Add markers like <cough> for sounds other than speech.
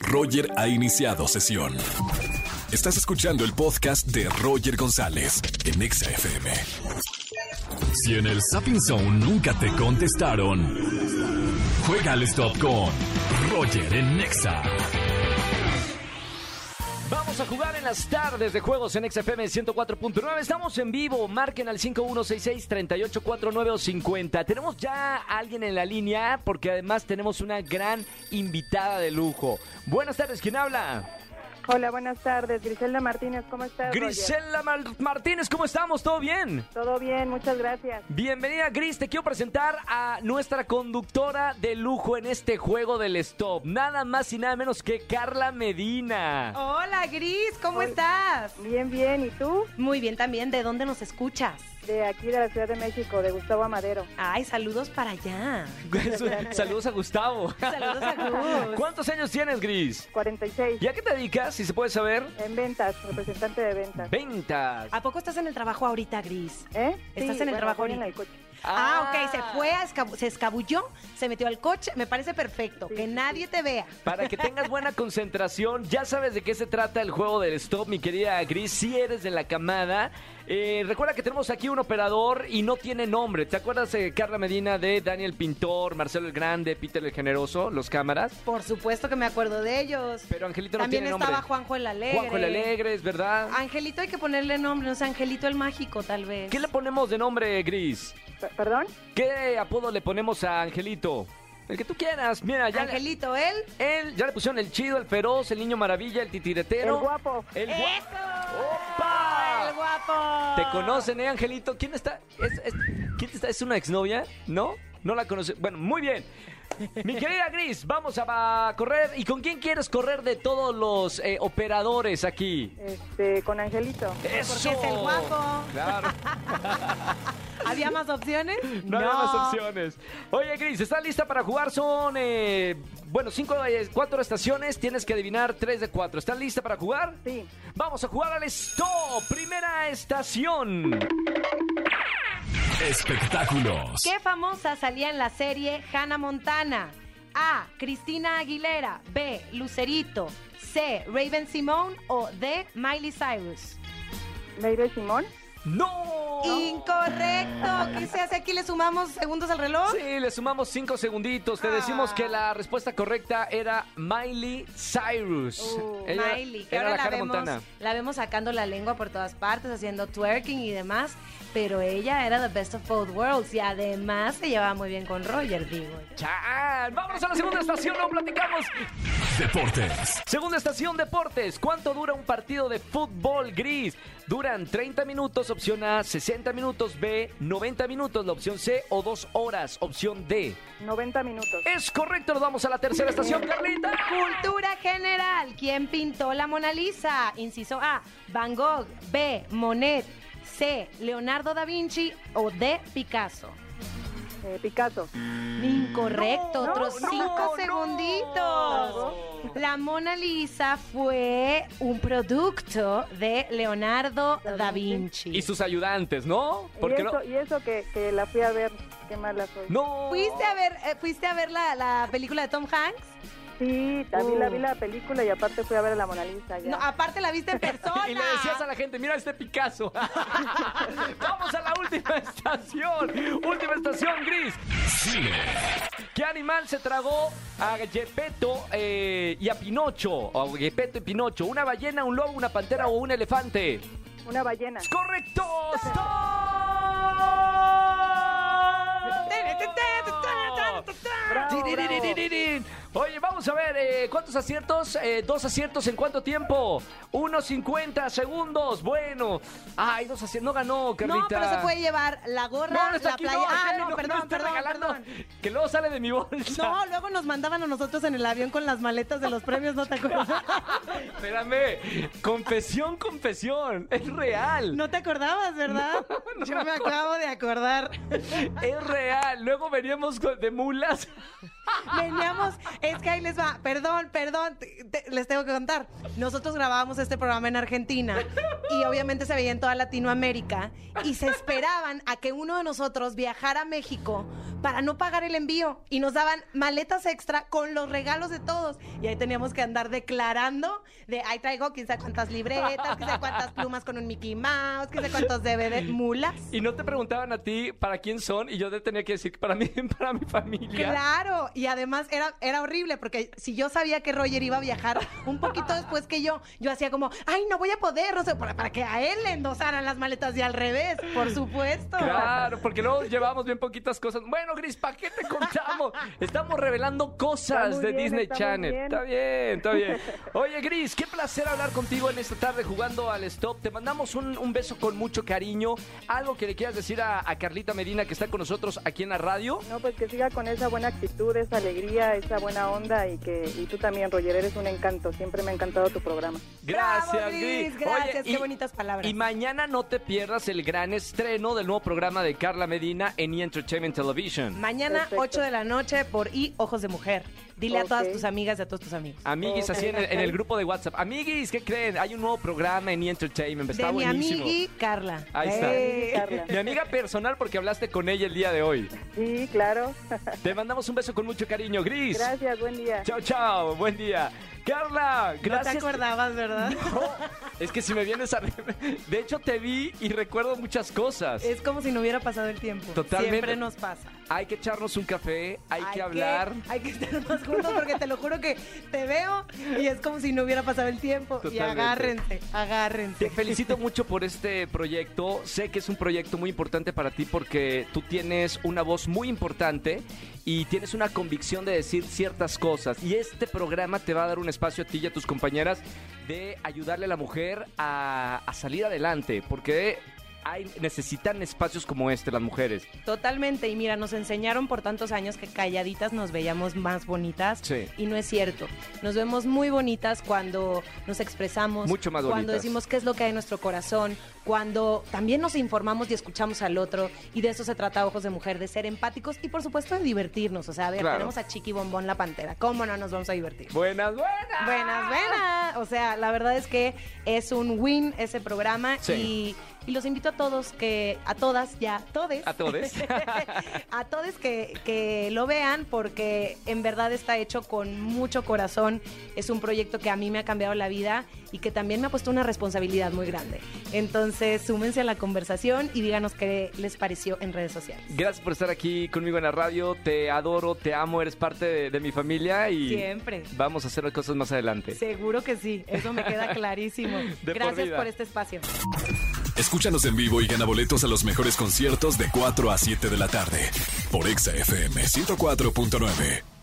Roger ha iniciado sesión. Estás escuchando el podcast de Roger González en Exa FM. Si en el Sapping Zone nunca te contestaron, juega al stop con Roger en Nexa. Vamos a jugar en las tardes de juegos en XFM 104.9. Estamos en vivo. Marquen al 5166-3849 o 50. Tenemos ya a alguien en la línea porque además tenemos una gran invitada de lujo. Buenas tardes, ¿quién habla? Hola, buenas tardes. Griselda Martínez, ¿cómo estás? Roger? Grisela Mar- Martínez, ¿cómo estamos? ¿Todo bien? Todo bien, muchas gracias. Bienvenida Gris, te quiero presentar a nuestra conductora de lujo en este juego del stop, nada más y nada menos que Carla Medina. Oh. Hola Gris, ¿cómo Hola. estás? Bien, bien. ¿Y tú? Muy bien también, ¿de dónde nos escuchas? De aquí, de la Ciudad de México, de Gustavo Amadero. Ay, saludos para allá. <laughs> Saludos a Gustavo. Saludos <laughs> a Gus. ¿Cuántos años tienes, Gris? 46. ¿Y a qué te dedicas, si se puede saber? En ventas, representante de ventas. Ventas. ¿A poco estás en el trabajo ahorita, Gris? ¿Eh? ¿Estás en el trabajo voy en ahorita? el coche. Ah, ok, se fue, a escabu- se escabulló, se metió al coche, me parece perfecto, Sí, que sí, nadie te vea. Para que tengas buena concentración, ya sabes de qué se trata el juego del stop, mi querida Gris, si eres de la camada. Eh, recuerda que tenemos aquí un operador y no tiene nombre. ¿Te acuerdas de Carla Medina, de Daniel Pintor, Marcelo el Grande, Peter el Generoso, los cámaras? Por supuesto que me acuerdo de ellos. Pero Angelito no también tiene estaba nombre. Juanjo el Alegre. Juanjo el Alegre, es verdad. Angelito hay que ponerle nombre, no sé, Angelito el Mágico tal vez. ¿Qué le ponemos de nombre, Gris? P- ¿Perdón? ¿Qué apodo le ponemos a Angelito? El que tú quieras. Mira, ya, le, Angelito, él. él, ya le pusieron el chido, el feroz, el niño maravilla, el titiretero. El guapo. El gua- ¡Eso! ¡Opa! ¡El guapo! Te conocen, ¿eh, Angelito? ¿Quién está? ¿Es, es- quién está? ¿Es una exnovia? ¿No? No la conoce. Bueno, muy bien. Mi querida Gris, vamos a, a correr. ¿Y con quién quieres correr de todos los eh, operadores aquí? Este, con Angelito. ¡Eso! es el guapo. <laughs> Claro, ¿Había más opciones? no, había más opciones. Oye, Gris, ¿estás lista para jugar? Son, eh, bueno, cinco, eh, cuatro estaciones. Tienes que adivinar tres de cuatro. ¿Estás lista para jugar? Sí. Vamos a jugar al stop. Primera estación. Espectáculos. ¿Qué famosa salía en la serie Hannah Montana? A. Cristina Aguilera. B. Lucerito. C. Raven Simone. O D. Miley Cyrus. Meire Simón. ¡No! Incorrecto. ¿Qué se hace aquí? ¿Le sumamos segundos al reloj? Sí, le sumamos cinco segunditos. Ah. Te decimos que la respuesta correcta era Miley Cyrus. Uh, Ella Miley, que era la ahora la Hannah vemos, Montana. la vemos sacando la lengua por todas partes, haciendo twerking y demás, pero ella era the best of both worlds y además se llevaba muy bien con Roger, digo. yo. Chan, vámonos a la segunda estación, no platicamos. Deportes. Segunda estación, deportes. ¿Cuánto dura un partido de fútbol gris? Duran 30 minutos, opción A, 60 minutos, B, 90 minutos, la opción C, o dos horas, opción D. 90 minutos. Es correcto, nos vamos a la tercera estación, Carlita. Cultura general. ¿Quién pintó la Mona Lisa? Inciso A. Van Gogh. B. Monet. C. Leonardo da Vinci. O D. Picasso. Eh, Picasso. Mm. Incorrecto. No, Otros no, cinco no. segunditos. La Mona Lisa fue un producto de Leonardo da, Da Vinci. Vinci. Y sus ayudantes, ¿no? Y Porque no. eso, y eso que, que la fui a ver. Qué mala soy. No. ¿Fuiste a ver, eh, ¿fuiste a ver la, la película de Tom Hanks? Sí, también Uh. la vi la película y aparte fui a ver a la Mona Lisa. Ya. No, ah. aparte la viste en persona. <laughs> Y le decías a la gente, mira este Picasso. <laughs> Vamos a la última estación. Última estación, Gris. Cine. ¿Qué animal se tragó a Gepetto eh, y a Pinocho? O a Gepetto y Pinocho. ¿Una ballena, un lobo, una pantera o un elefante? Una ballena. ¡Es correcto! ¡Stop! Bravo, bravo. Tiririririririn. Oye, vamos a ver, eh, ¿cuántos aciertos? Eh, dos aciertos en cuánto tiempo? Unos 50 segundos. Bueno, ay, dos aciertos. No ganó, Carlita. No, pero se puede llevar la gorra, No, no está la aquí, playa. no, ah, ay, no, no, perdón, no está perdón, regalando, perdón. Que luego sale de mi bolsa. No, luego nos mandaban a nosotros en el avión con las maletas de los premios, ¿no te acuerdas? Espérame. Confesión, confesión. Es real. No te acordabas, ¿verdad? <laughs> Yo me acabo de acordar. Es real. Luego veníamos con- de mulas Veníamos, es que ahí les va, perdón, perdón, te- te- les tengo que contar. Nosotros grabábamos este programa en Argentina y obviamente se veía en toda Latinoamérica y se esperaban a que uno de nosotros viajara a México para no pagar el envío y nos daban maletas extra con los regalos de todos y ahí teníamos que andar declarando de ahí traigo quién sabe cuántas libretas, quién sabe cuántas plumas con un Mickey Mouse, quién sabe cuántos DVD, mulas. Y no te preguntaban a ti para quién son y yo te tenía que decir que para mí, <laughs> para mi familia. Claro, y además era, era horrible porque si yo sabía que Roger iba a viajar un poquito después que yo, yo hacía como, ay, no voy a poder, no sé, para, para que a él le endosaran las maletas y al revés, por supuesto. Claro, porque luego llevamos bien poquitas cosas. Bueno, Gris, ¿para qué te <laughs> contamos? Estamos revelando cosas Está muy de bien, Disney está muy Channel. bien. Está bien, está <laughs> bien. Oye, Gris, qué placer hablar contigo en esta tarde jugando al Stop. Te mandamos un, un beso con mucho cariño. Algo que le quieras decir a, a Carlita Medina, que está con nosotros aquí en la radio. No, pues que siga con esa buena actitud, esa alegría, esa buena onda y que y tú también, Roger, eres un encanto. Siempre me ha encantado tu programa. Gracias, Bravo, Gris. Gris, gracias, Oye, qué bonitas palabras. Y mañana no te pierdas el gran estreno del nuevo programa de Carla Medina en E! Entertainment Television. Mañana, Perfecto. 8 de la noche, por I, Ojos de Mujer. Dile a todas Ok. tus amigas y a todos tus amigos. Amiguis, así en el, en el grupo de WhatsApp. Amiguis, ¿qué creen? Hay un nuevo programa en E! Entertainment. Está de mi buenísimo. amigui Carla. Ahí está. Ey. Carla. Mi amiga personal, porque hablaste con ella el día de hoy. Sí, claro. Te mandamos un beso con mucho cariño, <laughs> Gris. Gracias, buen día. Chao, chao. Buen día. Carla, No te gracias. <laughs> acordabas, ¿verdad? No, es que si me vienes a... De hecho, te vi y recuerdo muchas cosas. Es como si no hubiera pasado el tiempo. Totalmente. Siempre nos pasa. Hay que echarnos un café, hay, que hablar. hay que estar más juntos porque te lo juro que te veo y es como si no hubiera pasado el tiempo. Y Totalmente. agárrense, Te agárrense. felicito mucho por este proyecto. Sé que es un proyecto muy importante para ti porque tú tienes una voz muy importante y tienes una convicción de decir ciertas cosas. Y este programa te va a dar un espacio a ti y a tus compañeras de ayudarle a la mujer a, a salir adelante porque hay- necesitan espacios como este las mujeres. Totalmente. Y mira, nos enseñaron por tantos años que calladitas nos veíamos más bonitas. Sí. Y no es cierto. Nos vemos muy bonitas cuando nos expresamos. Mucho más Cuando bonitas. decimos qué es lo que hay en nuestro corazón. Cuando también nos informamos y escuchamos al otro. Y de eso se trata Ojos de Mujer, de ser empáticos y por supuesto de divertirnos. O sea, a ver, Claro. tenemos a Chiqui Bombón la Pantera. ¿Cómo no nos vamos a divertir? Buenas, buenas. Buenas, buenas. O sea, la verdad es que es un win ese programa Sí. y, y los invito a todos que, a todas ya, todes. A <laughs> todes. a todos que, que lo vean porque en verdad está hecho con mucho corazón. Es un proyecto que a mí me ha cambiado la vida y que también me ha puesto una responsabilidad muy grande. Entonces, súmense a la conversación y díganos qué les pareció en redes sociales. Gracias por estar aquí conmigo en la radio. Te adoro, te amo, eres parte de, de mi familia y Siempre. vamos a hacer las cosas más adelante. Seguro que sí, eso <laughs> me queda clarísimo. por Gracias vida. por este espacio. Escúchanos en vivo y gana boletos a los mejores conciertos de 4 a 7 de la tarde por Exa FM 104.9.